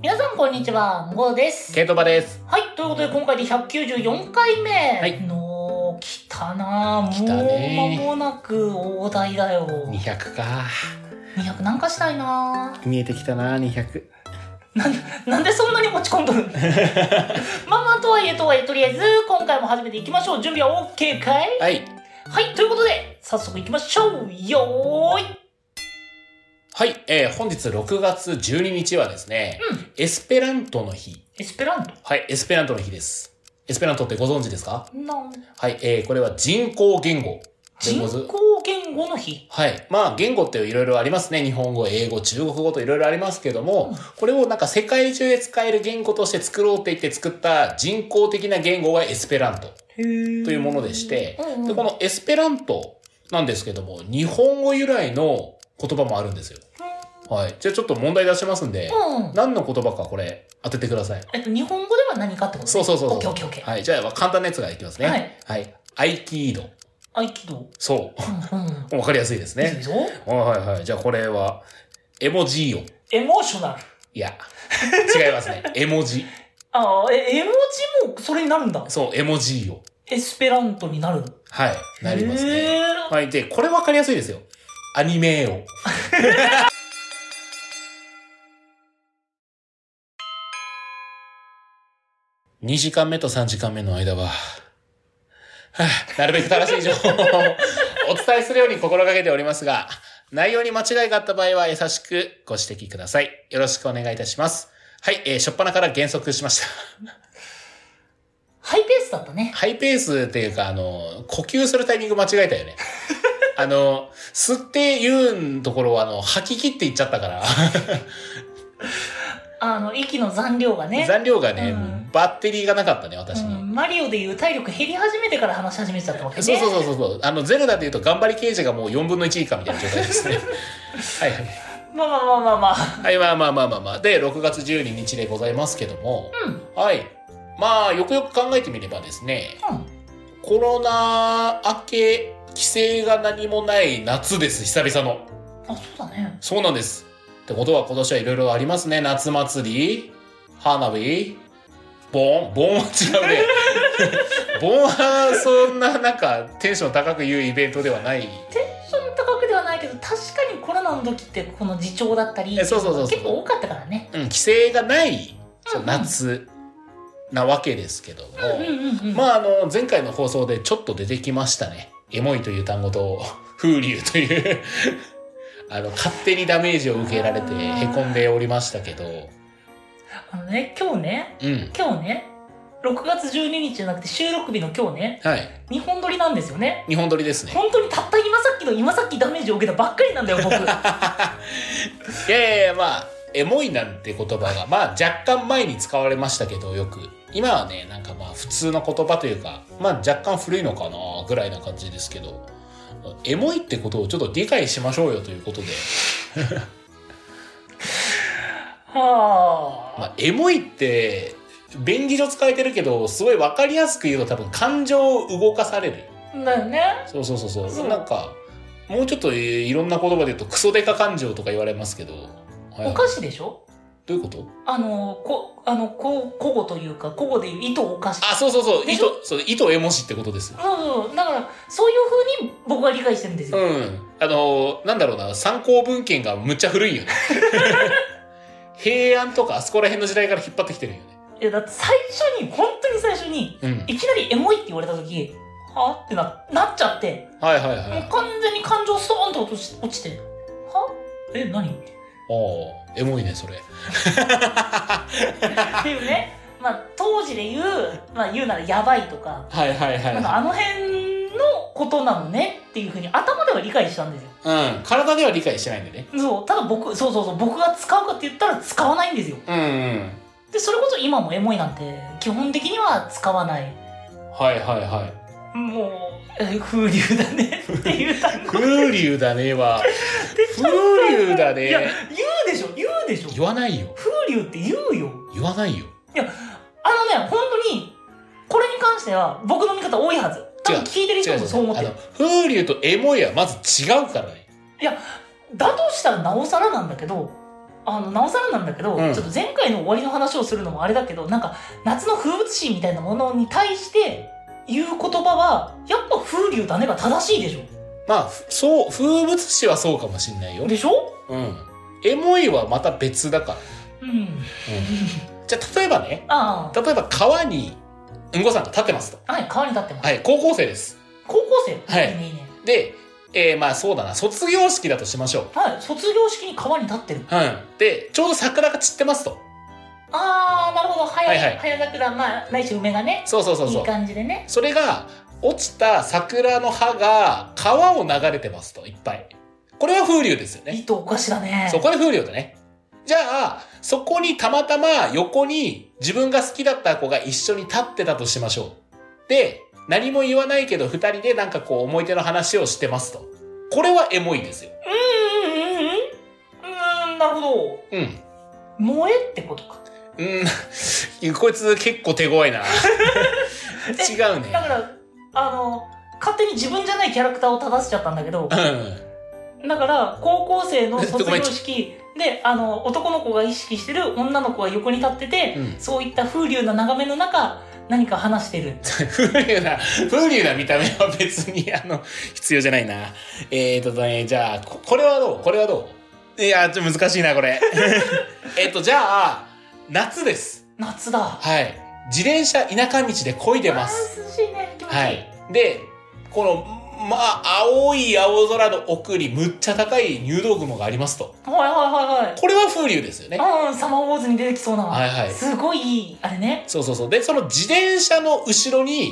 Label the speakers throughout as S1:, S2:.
S1: 皆さんこんにちは、ゴーです。
S2: ケイトバです。
S1: はい、ということで今回で194回
S2: はい
S1: 目の、来たなぁ
S2: 来たね
S1: もう間もなく大台だよ。
S2: 200か。
S1: 200なんかしたいなぁ
S2: 見えてきたな、200。
S1: なんでそんなに落ち込んどる のまあまあとはいえとはいえ、とりあえず今回も始めていきましょう。準備は OK かい
S2: はい。
S1: はい、ということで、早速いきましょう。よーい。
S2: はい、えー、本日6月12日はですね、
S1: うん
S2: エスペラントの日。
S1: エスペラント
S2: はい、エスペラントの日です。エスペラントってご存知ですか
S1: なん
S2: はい、えー、これは人工言語。
S1: 人
S2: でござ
S1: 工言語の日。
S2: はい。まあ、言語っていろいろありますね。日本語、英語、中国語といろいろありますけども、これをなんか世界中で使える言語として作ろうって言って作った人工的な言語がエスペラント。
S1: とい
S2: というものでして、
S1: うんうん
S2: でこのエスペラントなんですけども、日本語由来の言葉もあるんですよ。はい。じゃあちょっと問題出しますんで、
S1: うん。
S2: 何の言葉かこれ当ててください。
S1: えっと、日本語では何かってことね
S2: そうそうそうそう。
S1: オッケーオッケーオッケー。
S2: はい。じゃあ簡単なやつがいきますね。
S1: はい。
S2: はい。アイキード。
S1: 合気道。
S2: そ
S1: うんうん。
S2: う。わ かりやすいです
S1: いい
S2: ね。
S1: ぞ。
S2: はいはいはい。じゃあこれは、エモジーオ。
S1: エモーショナル。
S2: いや、違いますね。絵文字。
S1: ああ、え、絵文字もそれになるんだ。
S2: そう、エモジーオ。
S1: エスペラントになる。
S2: はい。なりますね。
S1: へー
S2: はい。で、これわかりやすいですよ。アニメ ーオ。2時間目と3時間目の間は、はあ、なるべく正しい情報を お伝えするように心がけておりますが、内容に間違いがあった場合は優しくご指摘ください。よろしくお願いいたします。はい、えー、しょっぱなから減速しました。
S1: ハイペースだったね。
S2: ハイペースっていうか、あの、呼吸するタイミング間違えたよね。 あの、吸って言うんところは、あの、吐き切って言っちゃったから、
S1: あの、息の残量がね。
S2: 残量がね、
S1: うん
S2: バッテリーがなかったね、私
S1: う
S2: に。
S1: ん、マリオでいう体力減り始めてから話し始めちゃったわけね。
S2: そうそうそうそうそう。あの、ゼルダで言うと、頑張り刑事がもう4分の1以下みたいな状態ですね。はいはい。
S1: まあまあまあまあまあ。
S2: はい、まあまあまあまあまあ。で、6月12日でございますけども、
S1: うん。
S2: はい。まあ、よくよく考えてみればですね、
S1: うん。
S2: コロナ明け、規制が何もない夏です、久々の。
S1: あ、そうだね。
S2: そうなんです。ってことは今年はいろいろありますね。夏祭り、花火、盆盆は違うね。 盆はそんななんかテンション高く言うイベントではない。
S1: そんな高くではないけど、確かにコロナの時ってこの自重だったり、
S2: えそうそうそうそう
S1: 結構多かったからね。
S2: うん、規制がない、そう
S1: うん
S2: 夏なわけですけども。
S1: うんうんうん。
S2: まああの、前回の放送でちょっと出てきましたね。エモいという単語と、風流という、 あの、勝手にダメージを受けられて凹んでおりましたけど、
S1: あのね、今日ね、
S2: うん。
S1: 今日ね、6月12日じゃなくて収録日の今日ね、
S2: はい。
S1: 日本撮りなんですよね。
S2: 日本撮りですね。
S1: 本当にたった今さっきの今さっきダメージを受けたばっかりなんだよ、 僕。
S2: いやいやいやまあエモいなんて言葉がまあ若干前に使われましたけどよく今はねなんかまあ普通の言葉というかまあ若干古いのかなぐらいな感じですけどエモいってことをちょっと理解しましょうよということで、
S1: は
S2: ま
S1: あ。
S2: あ、エモいって便宜上使えてるけどすごい分かりやすく言うと多分感情を動かされる
S1: だよね。
S2: そうそうそうそう
S1: そう
S2: なんかもうちょっとえーいろんな言葉で言うとクソデカ感情とか言われますけど、はい
S1: お菓子でしょ
S2: どういうこと
S1: あの、こ、あの、こ、古語というか、古語でいう糸お菓子。
S2: あそうそうそう
S1: でし
S2: 糸そう糸エモしってことですよ
S1: そうそう。だから、そういう風に僕は理解してるんですよ。
S2: うん。あのーなんだろうな、参考文献がむっちゃ古いよ ね。平安とかあそこら辺の時代から引っ張ってきてるよね。
S1: いや、だって最初に、本当に最初に、
S2: うん。
S1: いきなりエモいって言われた時、はあってな、なっちゃって。
S2: はいはいはい。
S1: もう
S2: あ
S1: 完全に感情ストーンと落とし落ちてはえ何っ
S2: あ、エモいね、それ。
S1: ていうね まあ当時で言う、まあ、言うなら「やばい」とか
S2: はいはいは
S1: なんかあの辺のことなのねっていうふうに頭では理解したんですよ
S2: い。うん。体では理解してないんでね。
S1: そうただ僕そうそうそう僕が使うかって言ったら使わないんですよ
S2: うんうん。
S1: でそれこそ今もエモいなんて基本的には使わない
S2: はいはいはい。
S1: もうえ風流だねっていう単語
S2: 風流だ ねは、風流だ
S1: いや
S2: ね。
S1: 言うでしょ言うでしょ
S2: 言わないよ。
S1: 風流って言うよ
S2: 言わないよ。
S1: あのね、本当に、これに関しては、僕の見方多いはず。多分聞いてる
S2: 違
S1: 人
S2: う
S1: もそう思って
S2: あ
S1: る
S2: の、。風流とエモいはまず違うからね。
S1: だとしたらなおさらなんだけど、あの、なおさらなんだけど、
S2: うん
S1: ちょっと前回の終わりの話をするのもあれだけど、なんか、夏の風物詩みたいなものに対して、言う言葉は、やっぱ風流だねが正しいでしょ。
S2: まあ、ふそう、風物詩はそうかもしんないよ。
S1: でしょ
S2: うん。エモいはまた別だから。
S1: うん。
S2: じゃあ、例えばね、
S1: あ
S2: 例えば川に、うんごさんが立ってますと。
S1: あ、はい、川に立ってます。
S2: はい、高校生です。
S1: 高校生
S2: はい
S1: いねいいね。
S2: で、えー、まあそうだな、卒業式だとしましょう。
S1: はい、卒業式に川に立ってる。
S2: うん。で、ちょうど桜が散ってますと。
S1: ああ、なるほど。早い、
S2: はいはい
S1: 早桜、まあ、来週梅がね、
S2: そうそうそうそう。
S1: いい感じでね。
S2: それが、落ちた桜の葉が川を流れてますと、いっぱい。これは風流ですよ
S1: いい
S2: ね。
S1: とおかしだね。
S2: そこで風流だね。じゃあ、そこにたまたま横に自分が好きだった子が一緒に立ってたとしましょう。で、何も言わないけど二人でなんかこう思い出の話をしてますと。これはエモいですよ。
S1: うんうんうんうん。うーん、なるほど。
S2: うん。
S1: 萌えってことか。
S2: うん。 こいつ結構手 強いな。違うね
S1: だ。から、あの、勝手に自分じゃないキャラクターを正しちゃったんだけど
S2: う、ん。
S1: だから、高校生の
S2: えっと
S1: 卒
S2: ごめん
S1: 業式で、あの、男の子が意識してる女の子が横に立ってて、
S2: うん
S1: そういった風流な眺めの中、何か話してる。
S2: 風流な、風流な見た目は別に、あの、必要じゃないな。えーとね、じゃあ、ここれはどうこれはどういや、ちょ、難しいな、これ。 えっと、じゃあ、夏です。
S1: 夏だ。
S2: はい。自転車田舎道で漕いでます。
S1: あー涼しいね。気持ちいい。
S2: はい。で、この、まあ、青い青空の奥にむっちゃ高い入道雲がありますと。
S1: はいはいはい
S2: これは風流ですよね。
S1: はい。うん、サマーウォーズに出てきそうな。
S2: はいはい。
S1: すごいいい、あれね。
S2: そうそうそう。で、その自転車の後ろに、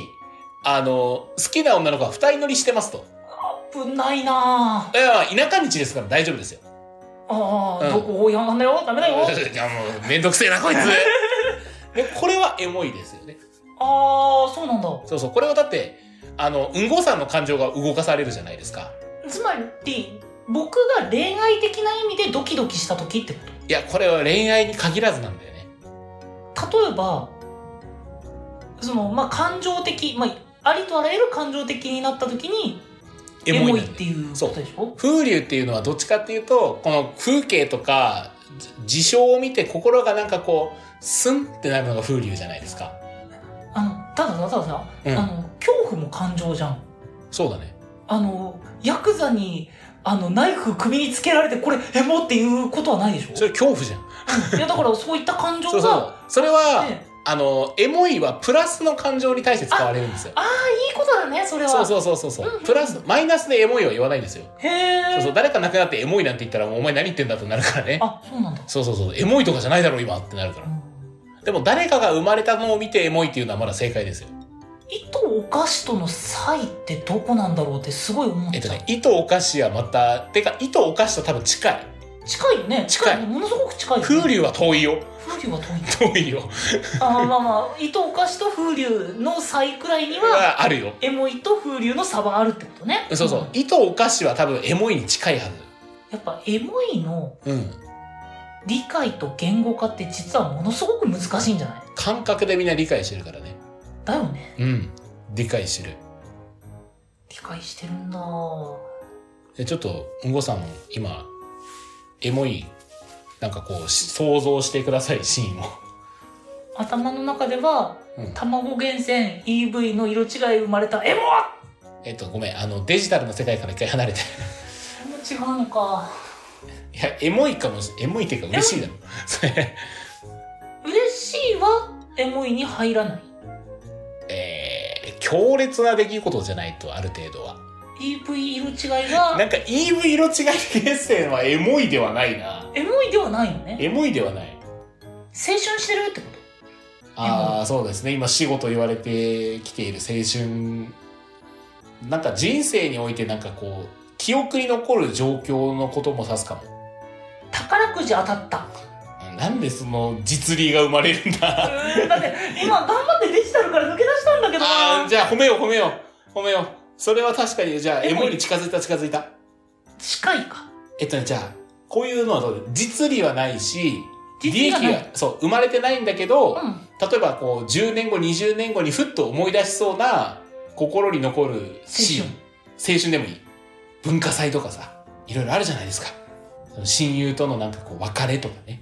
S2: あの、好きな女の子が二人乗りしてますと。
S1: 危ないなぁ。
S2: いや、田舎道ですから大丈夫ですよ。
S1: ああ、
S2: うん
S1: どこ、いや、なんだよ、ダメだよ。
S2: いや、もう、めんどくせえな、こいつ。 で、これはエモいですよね。
S1: ああ、そうなんだ。
S2: そうそう、これはだって、あの、うんごさんの感情が動かされるじゃないですか。
S1: つまり、僕が恋愛的な意味でドキドキした時ってこ
S2: いや、これは恋愛に限らずなんだよね。
S1: と例えば、その、まあ、感情的、まあ、ありとあらゆる感情的になった時に、エモい
S2: なん
S1: っ
S2: だよ
S1: ていうことでしょ
S2: 風流っていうのはどっちかっていうと、この風景とか、じ事象を見て心がなんかこう、スンってなるのが風流じゃないですか。
S1: あの、たださ、たださ、
S2: うん
S1: あの、恐怖も感情じゃん。
S2: そうだね。
S1: あの、ヤクザに、あの、ナイフ首につけられて、これ、エモっていうことはないでしょ
S2: それ恐怖じゃん。
S1: いやだからそういった感情
S2: そうそう
S1: が。
S2: それは、
S1: ね
S2: あの、エモいはプラスの感情に対して使われるんですよ。
S1: ああいいことだねそれは、
S2: そうそうそうそうそううん
S1: うん
S2: プラスマイナスでエモいは言わないんですよ、
S1: へえ
S2: そうそう誰か亡くなってエモいなんて言ったらもうお前何言ってんだとなるからね
S1: あそうなんだ、
S2: そうそうそうエモいとかじゃないだろ今ってなるから
S1: うん
S2: でも誰かが生まれたのを見てエモいっていうのはまだ正解ですよ
S1: 意図お菓子との差異ってどこなんだろうってすごい思っ
S2: えっと
S1: た、
S2: ね糸お菓子はまたてか糸お菓子と多分近い
S1: 近いよね
S2: 近い
S1: ねものすごく近いよね、
S2: 風流は遠いよ
S1: 風流は遠い
S2: 遠いよ
S1: あーまあまあ意 図お菓子と風流の差異くらいに は
S2: はあるよ
S1: エモいと風流の差はあるってことね
S2: そうそう、
S1: ん
S2: 糸お菓子は多分エモいに近いは
S1: やっぱエモいの
S2: ずうん
S1: 理解と言語化って実はものすごく難しいんじゃない
S2: 感覚でみんな理解してるからね
S1: だよね
S2: うん理解してる
S1: 理解してるんだー
S2: でちょっとうんごさん今エモいなんかこうし想像してくださいシーンを
S1: 頭の中では、
S2: うん
S1: 卵源泉 EV の色違い生まれたエモ
S2: えっとごめんあのデジタルの世界から一回離れて
S1: 違うのか
S2: いやエモいかもしエモいっていうか嬉しいだろそれ
S1: 嬉しいはエモいに入らない
S2: えー、強烈な出来事じゃないとある程度は
S1: EV 色違いは
S2: なんか EV 色違い決戦はエモいではないな
S1: エモいではないのね
S2: エモいではない
S1: 青春してるってこ
S2: ああそうですね今仕事言われてきている青春なんか人生においてなんかこう記憶に残る状況のことも指すかも
S1: と宝くじ当たった
S2: なんでその実利が生まれるんだ
S1: うーんだって今頑張ってデジタルから抜け出したんだけど
S2: あー
S1: な
S2: じゃあ褒めよう褒めよう褒めようそれは確かにじゃあ
S1: エ
S2: エ
S1: モい
S2: モいに近づいた近づいた
S1: 近いか
S2: えっとねじゃあこういうのはどうで実利はないし
S1: 実利
S2: 利
S1: が
S2: 益
S1: ない
S2: はそう生まれてないんだけど、
S1: うん
S2: 例えばこう10年後20年後にふっと思い出しそうな心に残るシーン青春でもいい文化祭とかさいろいろあるじゃないですかその親友とのなんかこう別れとかね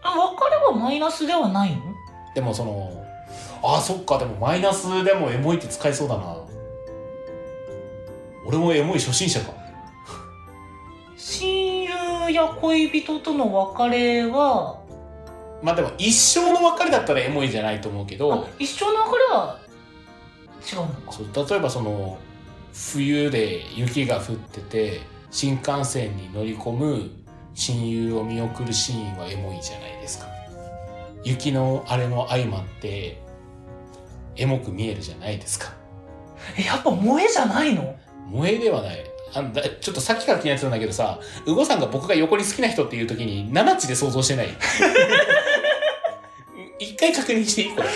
S1: あ別れはマイナスではないの
S2: でもそのあそっかでもマイナスでもエモいって使えそうだな俺もエモい初心者か
S1: 親友や恋人との別れは
S2: まあでも一生の別れだったらエモいじゃないと思うけ
S1: あ
S2: ど
S1: 一生の別れは違うのか
S2: そう例えばその冬で雪が降ってて新幹線に乗り込む親友を見送るシーンはエモいじゃないですか雪のあれの相まってエモく見えるじゃないですか
S1: えやっぱ萌えじゃないの
S2: 萌えではないあんだちょっとさっきから気になってたんだけどさうごさんが僕が横に好きな人っていう時に七つで想像してない 一回確認していいこれ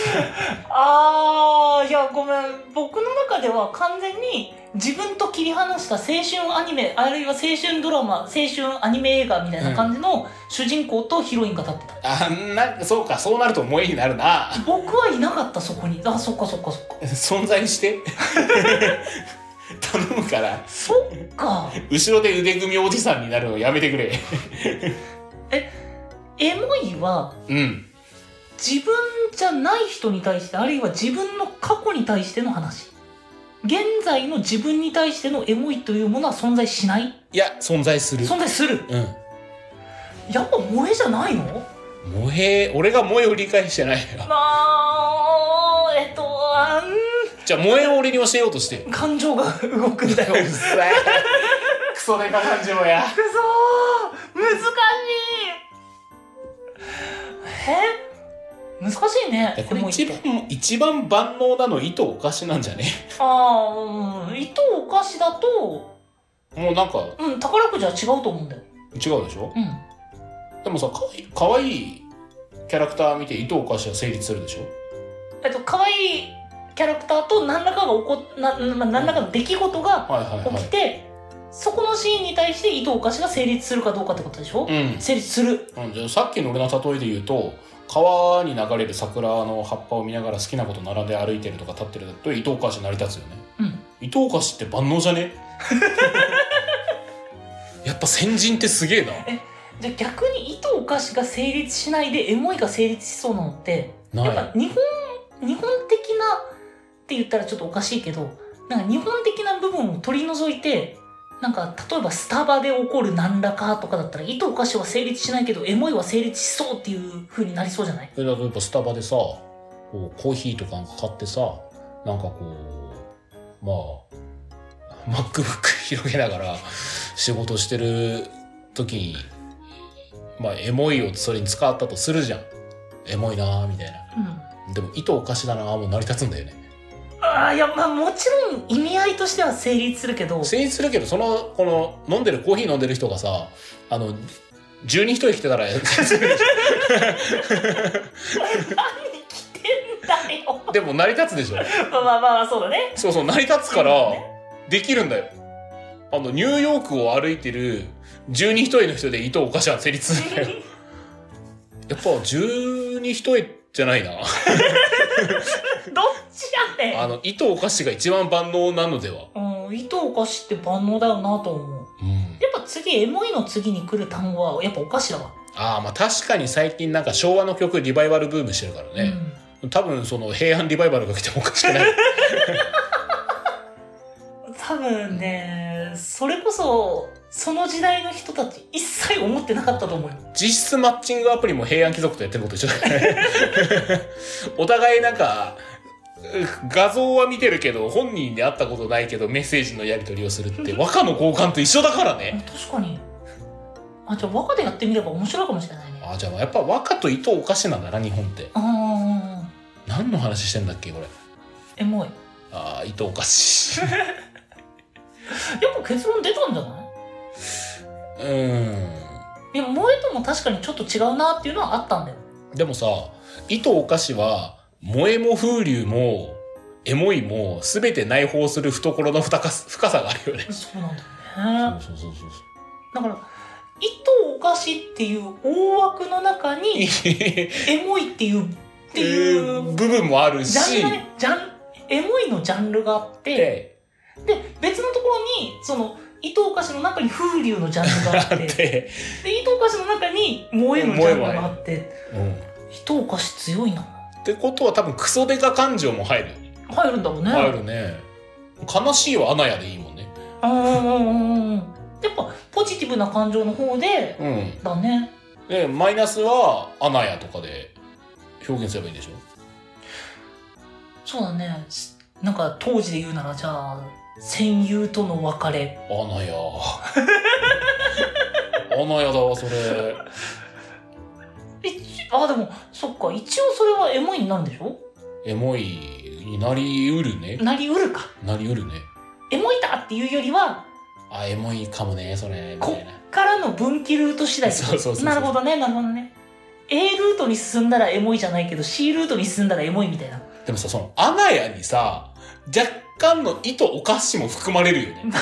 S1: あーいやごめん僕の中では完全に自分と切り離した青春アニメあるいは青春ドラマ青春アニメ映画みたいな感じの主人公とヒロインが立ってた、
S2: あなんかそうかそうなると萌えになるな
S1: 僕はいなかったそこにあそっかそっかそっか
S2: 存在して頼むから
S1: そっか
S2: 後ろで腕組みおじさんになるのやめてくれ
S1: エモいは
S2: うん
S1: 自分じゃない人に対してあるいは自分の過去に対しての話現在の自分に対してのエモいというものは存在しない
S2: いや存在する
S1: 存在する
S2: うん
S1: やっぱ萌えじゃないの
S2: 萌え俺が萌えを理解してないよ
S1: まあえっとあ
S2: じゃあ萌えを俺に教えようとしてよ
S1: ん感情が動くんだよ
S2: うっさい クソデカ感情や
S1: くそー難しいえ難しいね
S2: これ
S1: エモい
S2: 一番一番万能なの糸おかしなんじゃね
S1: ああうん糸お菓子だと
S2: もうなんか
S1: うん宝くじは違うと思うんだよ
S2: 違うでしょ
S1: うん
S2: でもさかわいかわいいキャラクター見て糸おかしは成立するでしょ
S1: えっと可愛いキャラクターと何らかが起こななまあ何らかの出来事が
S2: はいはい
S1: 起
S2: は
S1: きて、そこのシーンに対して伊藤お菓子が成立するかどうかってことでしょ、
S2: いうん
S1: 成立する
S2: うん、じゃあさっきの俺の例えで言うと川に流れる桜の葉っぱを見ながら好きなこと並んで歩いてるとか立ってるだと伊藤菓子成り立つよね
S1: うん
S2: 伊藤菓子って万能じゃね やっぱ先人ってすげえ
S1: じゃあ逆に伊藤お菓子が成立しないでエモいが成立しそうなのって
S2: な
S1: や
S2: な
S1: っ
S2: い
S1: ぱ日本日本的なって言ったらちょっとおかしいけどなんか日本的な部分を取り除いてなんか例えばスタバで起こる何らかとかだったら伊藤お菓子は成立しないけどエモいは成立しそうっていう風になりそうじゃない
S2: それだとやっぱスタバでさこうコーヒーとかなんか買ってさなんかこうまあ MacBook 広げながら仕事してる時にまあエモいをそれに使ったとするじゃんエモいなーみたいな
S1: うん
S2: でも糸おかしだなーもう成り立つんだよね
S1: ああいやまあもちろん意味合いとしては成立するけど
S2: 成立するけどそのこの飲んでるコーヒー飲んでる人がさあの10人1人来てたら
S1: 何着てんだよ
S2: でも成り立つでしょ
S1: まあまあまあそうだね
S2: そうそう、成り立つか
S1: そう
S2: ら
S1: だね、
S2: できるんだよ。あの、ニューヨークを歩いてる、12一人の人で伊藤お菓子は成立する んだよ。やっぱ、12一人じゃないな。
S1: どっちやね
S2: あの、伊藤お菓子が一番万能なのでは。
S1: んうん糸お菓子って万能だよなと思う
S2: うん。
S1: やっぱ次エモいの次に来る単語はやっぱお菓子だわ
S2: ああ、まあ確かに最近なんか昭和の曲リバイバルブームしてるから
S1: う
S2: ね。
S1: ん
S2: 多分その平安リバイバルが来てもおかしくない。
S1: 多分ねそれこそその時代の人たち一切思ってなかったと思うよ
S2: 実質マッチングアプリも平安貴族とやってること一緒だね お互いなんかう画像は見てるけど本人で会ったことないけどメッセージのやり取りをするって和歌の交換と一緒だからね
S1: 確かにあじゃあ和歌でやってみれば面白いかもしれないね
S2: あじゃあやっぱ和歌と伊藤おかしなんだな日本って
S1: ああ
S2: 何の話してんだっけこれ
S1: エモい
S2: ああ伊藤おかし
S1: やっぱ結論出たんじゃないう
S2: ーん
S1: いや萌えとも確かにちょっと違うなっていうのはあったんだよ
S2: でもさ伊藤おかしは萌えも風流もエモいも全て内包する懐の深か深さがあるよね
S1: そうなんだよね
S2: そうそうそうそう
S1: だから「糸お菓子」っていう大枠の中に エモいっていうってい
S2: えー
S1: う
S2: 部分もある
S1: ジャン
S2: し
S1: ルがねジャンエモいのジャンルがあって
S2: で
S1: で別のところにその糸お菓子の中に風流のジャンルがあっ
S2: あ
S1: て
S2: って、
S1: で糸お菓子の中に萌えのジャンルがあって
S2: うん、っ
S1: 糸お菓子強いな
S2: てことは多分クソデカ感情も入る
S1: 入るんだもんね
S2: 入るね悲しいはアナヤでいいもんね
S1: うんうんうんうんやっぱポジティブな感情の方で
S2: うん
S1: だね
S2: でマイナスはアナヤとかで表現すればいいんでしょ
S1: そうだねしなんか当時で言うならじゃあ戦友との別れ
S2: アナヤアナヤだわそれ
S1: 一あでもそっか一応それはエモいになるんでしょ
S2: エモいになりうるね
S1: なりうるか
S2: なりうるね
S1: エモいだっていうよりは
S2: あエモいかもねそれみたいな
S1: からの分岐ルート次第ってこと
S2: そうそうそうそう
S1: なるほどねなるほどね A ルートに進んだらエモいじゃないけど C ルートに進んだらエモいみたいな
S2: でもさそのアナヤにさ若干の意図おかしも含まれるよね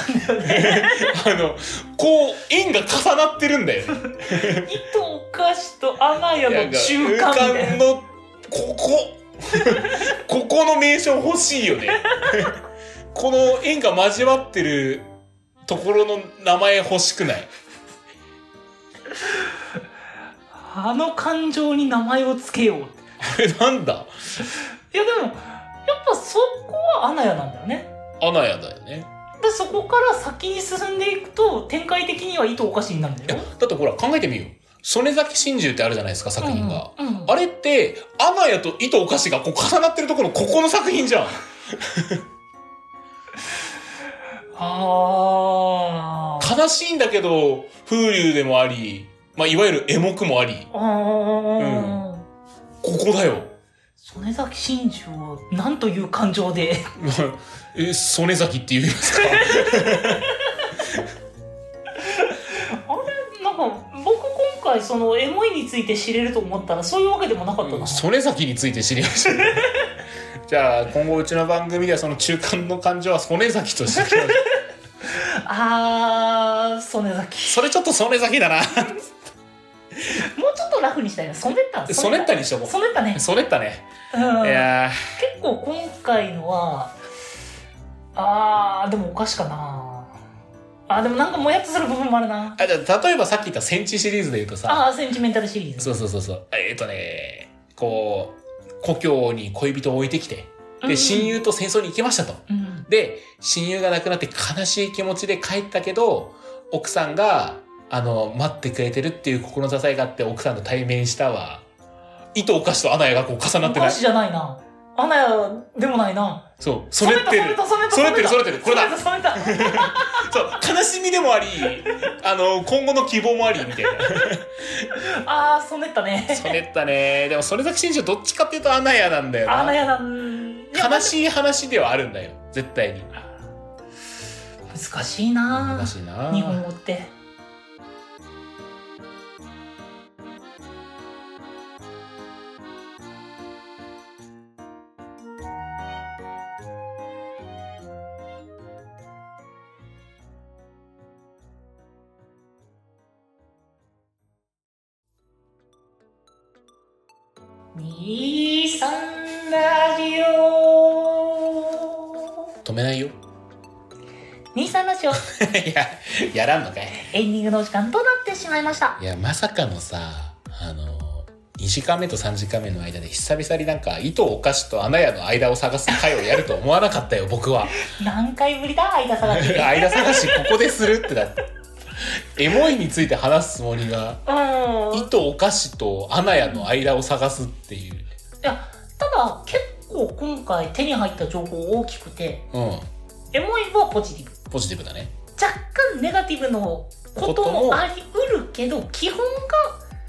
S2: あのこう円が重なってるんだよね
S1: 糸お菓子とアナヤの中間みたいな
S2: のこ こここの名称欲しいよね この円が交わってるところの名前欲しくない
S1: あの感情に名前を付けようって
S2: あれなんだ
S1: いやでもやっぱそこはアナヤなんだよね
S2: アナヤだよね
S1: でそこから先に進んでいくと展開的には糸おかしになるんだよ
S2: だってほら考えてみよう曽根崎真珠ってあるじゃないですか作品が、、
S1: うんうん
S2: あれってアナヤと糸お菓子がこう重なってるところのここの作品じゃん
S1: あー
S2: 悲しいんだけど風流でもあり、まあ、いわゆるエモくもあり
S1: あー、
S2: ここだよ
S1: 曽根崎真珠を何という感情で
S2: え曽根崎って言いますか
S1: なんか僕今回そのエモいについて知れると思ったらそういうわけでもなかったな、
S2: うん曽根崎について知りました じゃあ今後うちの番組ではその中間の感情は曽根崎としてい きましょう
S1: あー曽根崎
S2: それちょっと曽根崎だな
S1: もうちょっとラフにしたいな曽根った
S2: 曽 根ったにしとこう
S1: 曽根ったね、
S2: 曽根ったね、
S1: うん、
S2: いや
S1: 結構今回のはあーでもお菓子かなあーでもなんかもやっとする部分もあるな
S2: ーあじゃあ例えばさっき言った「センチ」シリーズで言うとさ
S1: ああーセンチメンタルシリーズ
S2: そうそうそうそうえっ、とねこう故郷に恋人を置いてきて
S1: うん
S2: で親友と戦争に行きましたと。
S1: うん
S2: で、親友が亡くなって悲しい気持ちで帰ったけど、奥さんが、あの、待ってくれてるっていう心の支えがあって、奥さんと対面したわ。糸お菓子とアナヤがこう重な
S1: お
S2: ってな
S1: 菓
S2: い
S1: 子。じゃないなアナヤでもないな
S2: そう、それってる。
S1: 染めた
S2: 染めてる染めてるこれだ
S1: 染めた染めた
S2: そう、悲しみでもあり、あの、今後の希望もあり、みた いな。
S1: ああ染めたね
S2: それったね。でも、それだけ真珠どっちかっていうとアナヤなんだよ
S1: アナ
S2: な。
S1: ヤなん
S2: 悲
S1: い
S2: しい話ではあるんだよ。絶対に。
S1: や難しいな
S2: 難しいな
S1: 日本語って兄さんラジオ
S2: 止めないよ。
S1: 兄さんラジオ
S2: いや、やらんのかい。
S1: エンディングのお時間となってしまいました。
S2: いや、まさかのさ、あの、2時間目と3時間目の間で久々になんか、糸お菓子と穴屋の間を探す会をやると思わなかったよ、僕 は。
S1: 何回ぶりだ、間 探し。
S2: 間探しここでするってだって。エモいについて話すつもりが、
S1: うん。い
S2: 糸お菓子と穴屋の間を探すっていう。
S1: や、ただ結構今回手に入った情報大きくて、
S2: うん。
S1: エモいはポジティブ。
S2: ポジティブだね。
S1: 若干ネガティブのこと
S2: こと
S1: も
S2: も
S1: ありうるけど、基本が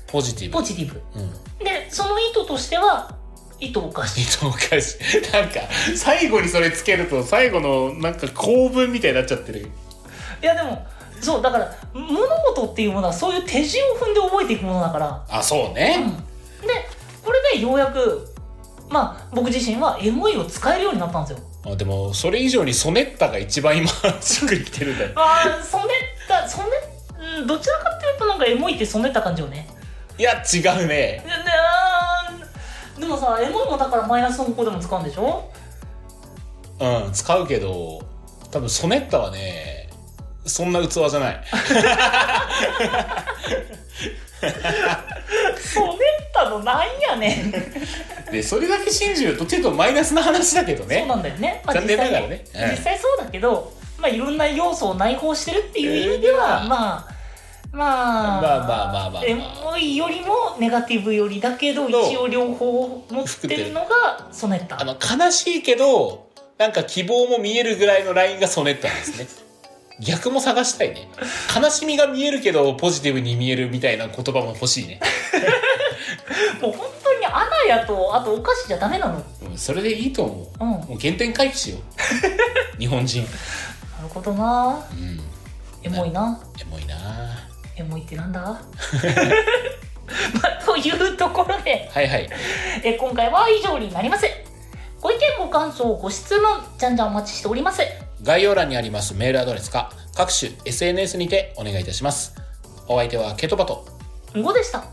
S2: ポジティブ。
S1: ポジティブ。
S2: うん。
S1: で、その意図としては、意図おかしい。
S2: 糸お菓子。なんか、最後にそれつけると、最後のなんか構文みたいになっちゃってる。
S1: いやでも、そう、だから物事っていうものはそういう手順を踏んで覚えていくものだから、
S2: あ、そう
S1: う
S2: ね。
S1: んで、これでようやく、まあ僕自身はエモいを使えるようになったんですよ。
S2: あでも、それ以上にソネッタが一番今、しっくりきてるんだよ。
S1: ああ、染めた、染め、うんどちらかっていうとなんかエモいって染めた感じよね。
S2: いや違うね
S1: でであーでもさ、エモいもだからマイナスの方向でも使うんでしょ
S2: うん使うけど多分ソネッタはねそんな器じゃない。
S1: そねったのなんやねん。
S2: で、それだけ信じると、ちょっとマイナスな話だけど
S1: そう
S2: ね。
S1: なんだよね。まあ、
S2: 残念ながらね
S1: 実際
S2: うん
S1: 実際そうだけど、まあ、いろんな要素を内包してるっていう意味では、
S2: うん
S1: まあ、まあ、
S2: まあまあまあまあ
S1: エモいよりもネガティブよりだけど、
S2: そう
S1: 一応両方持ってるのがソネッタ
S2: あ。の、悲しいけど、なんか希望も見えるぐらいのラインがソネットなんですね。 逆も探したいね。悲しみが見えるけど、ポジティブに見えるみたいな言葉も欲しいね。
S1: もう本当にアナやと、あとお菓子じゃダメなの。
S2: うん、それでいいと思
S1: うん。
S2: う。もう原点回帰しよう。 日本人。
S1: なるほどな
S2: うん。
S1: エモいな。
S2: エモいな
S1: エモいってなんだ まあ、というところで、
S2: はいはい。
S1: えー今回は以上になります。ご意見、ご感想、ご質問、じゃんじゃんお待ちしております。
S2: 概要欄にありますメールアドレスか、各種 SNS にてお願いいたします。お相手はケトバと。
S1: んごでした。